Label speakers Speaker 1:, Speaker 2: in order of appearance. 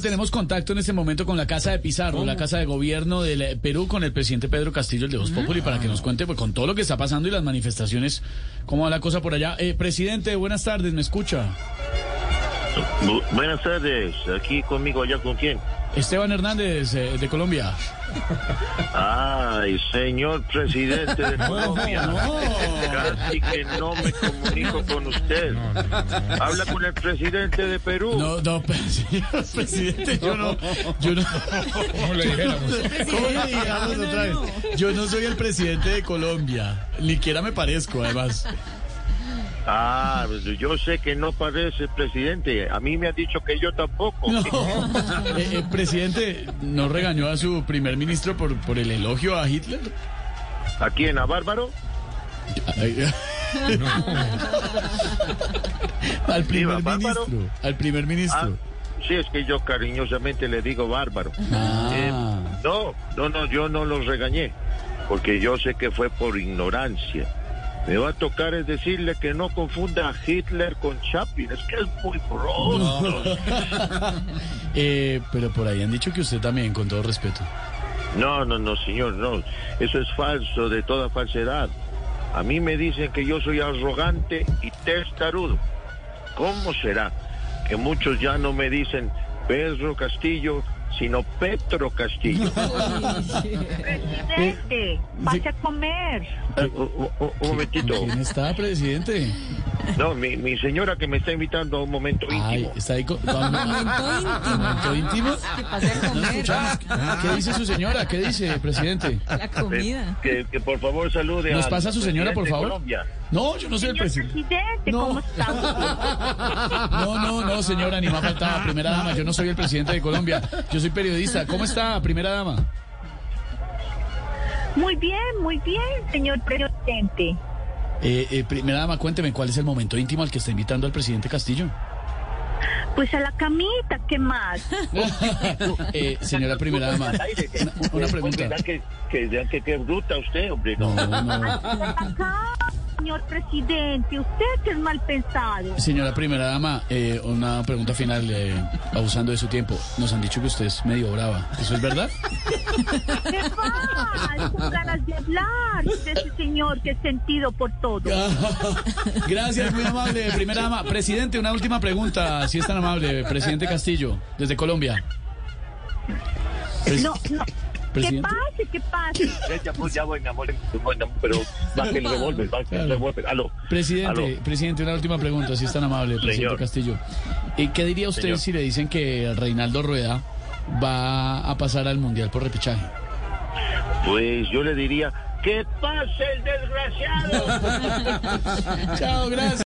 Speaker 1: Tenemos contacto en este momento con la Casa de Pizarro, la Casa de Gobierno del eh, Perú, con el presidente Pedro Castillo, el de Voz Populi, para que nos cuente pues, con todo lo que está pasando y las manifestaciones, cómo va la cosa por allá. Eh, presidente, buenas tardes, ¿me escucha?
Speaker 2: Bu- buenas tardes, aquí conmigo, allá con quién.
Speaker 1: Esteban Hernández, eh, de Colombia.
Speaker 2: Ay, señor presidente de Colombia.
Speaker 1: no.
Speaker 2: Casi que no me comunico con usted. Habla con el presidente de Perú.
Speaker 1: No, no, pero, señor presidente, yo no, yo no.
Speaker 3: ¿Cómo le dijéramos?
Speaker 1: ¿Cómo le digamos otra vez? Yo no soy el presidente de Colombia, ni siquiera me parezco, además.
Speaker 2: Ah, pues yo sé que no parece presidente. A mí me ha dicho que yo tampoco.
Speaker 1: No. Eh, eh, presidente, ¿no regañó a su primer ministro por, por el elogio a Hitler?
Speaker 2: ¿A quién? ¿A Bárbaro?
Speaker 1: Ay, al
Speaker 2: Viva,
Speaker 1: primer
Speaker 2: bárbaro.
Speaker 1: ministro. Al primer
Speaker 2: Ah,
Speaker 1: ministro.
Speaker 2: sí, es que yo cariñosamente le digo Bárbaro. Eh,
Speaker 1: Ah.
Speaker 2: No, no, no, yo no los regañé, porque yo sé que fue por ignorancia. Me va a tocar es decirle que no confunda a Hitler con Chaplin, es que es muy pronto.
Speaker 1: Eh, pero por ahí han dicho que usted también, con todo respeto.
Speaker 2: No, no, no, señor, no, eso es falso, de toda falsedad. A mí me dicen que yo soy arrogante y testarudo. ¿Cómo será que muchos ya no me dicen Pedro Castillo, sino Petro Castillo?
Speaker 4: Presidente, vaya a comer.
Speaker 2: Eh, un- un- un momentito.
Speaker 1: ¿Quién está, presidente?
Speaker 2: No, mi, mi señora que me está invitando a un momento
Speaker 1: Ay,
Speaker 2: íntimo. Este,
Speaker 1: está ahí. Con, ¿Momento íntimo?
Speaker 5: Que pase a
Speaker 1: No
Speaker 5: comer
Speaker 1: escuchamos. ¿Qué dice su señora? ¿Qué dice, presidente?
Speaker 5: la comida.
Speaker 2: Que, que por favor salude
Speaker 1: ¿Nos
Speaker 2: al
Speaker 1: pasa su señora,
Speaker 2: presidente
Speaker 1: por
Speaker 2: de
Speaker 1: favor?
Speaker 2: Colombia.
Speaker 1: No, yo no soy el
Speaker 5: Pues
Speaker 4: Señor
Speaker 1: presidente.
Speaker 4: presidente,
Speaker 1: No.
Speaker 4: ¿cómo está?
Speaker 1: No, no, no, señora, ni más faltaba. Primera dama, yo no soy el presidente de Colombia. Yo soy periodista. ¿Cómo está, primera dama?
Speaker 4: Muy bien, muy bien, señor presidente.
Speaker 1: Eh, eh, primera dama, cuénteme cuál es el momento íntimo al que está invitando al presidente Castillo.
Speaker 4: Pues a la camita, ¿qué más?
Speaker 1: Eh, señora primera dama,
Speaker 2: Al aire, que-
Speaker 1: una, una pregunta.
Speaker 2: Vean que, que, vean que, que bruta usted, hombre. No.
Speaker 1: No, no.
Speaker 4: Acá, señor presidente, usted es mal pensado.
Speaker 1: Señora primera dama, eh, una pregunta final, eh, abusando de su tiempo. Nos han dicho que usted es medio brava. ¿Eso es verdad?
Speaker 4: ¿Qué va? Con ganas de hablar de ese señor que es sentido por todo.
Speaker 1: Gracias, muy amable, primera dama. Presidente, una última pregunta, si es tan amable. Presidente Castillo, desde Colombia. Pres-
Speaker 4: No, no. Que
Speaker 1: Presidente.
Speaker 4: pase, que pase.
Speaker 2: Ya, ya, pues, ya voy, mi amor, bueno, pero baje el revólver, baje el revólver. Aló.
Speaker 1: Presidente,
Speaker 2: Aló.
Speaker 1: presidente, una última pregunta, si es tan amable, presidente
Speaker 2: Señor.
Speaker 1: Castillo. Eh, ¿Qué diría usted
Speaker 2: Señor.
Speaker 1: si le dicen que Reinaldo Rueda va a pasar al Mundial por repechaje?
Speaker 2: Pues yo le diría, que pase el desgraciado.
Speaker 1: Chao, gracias.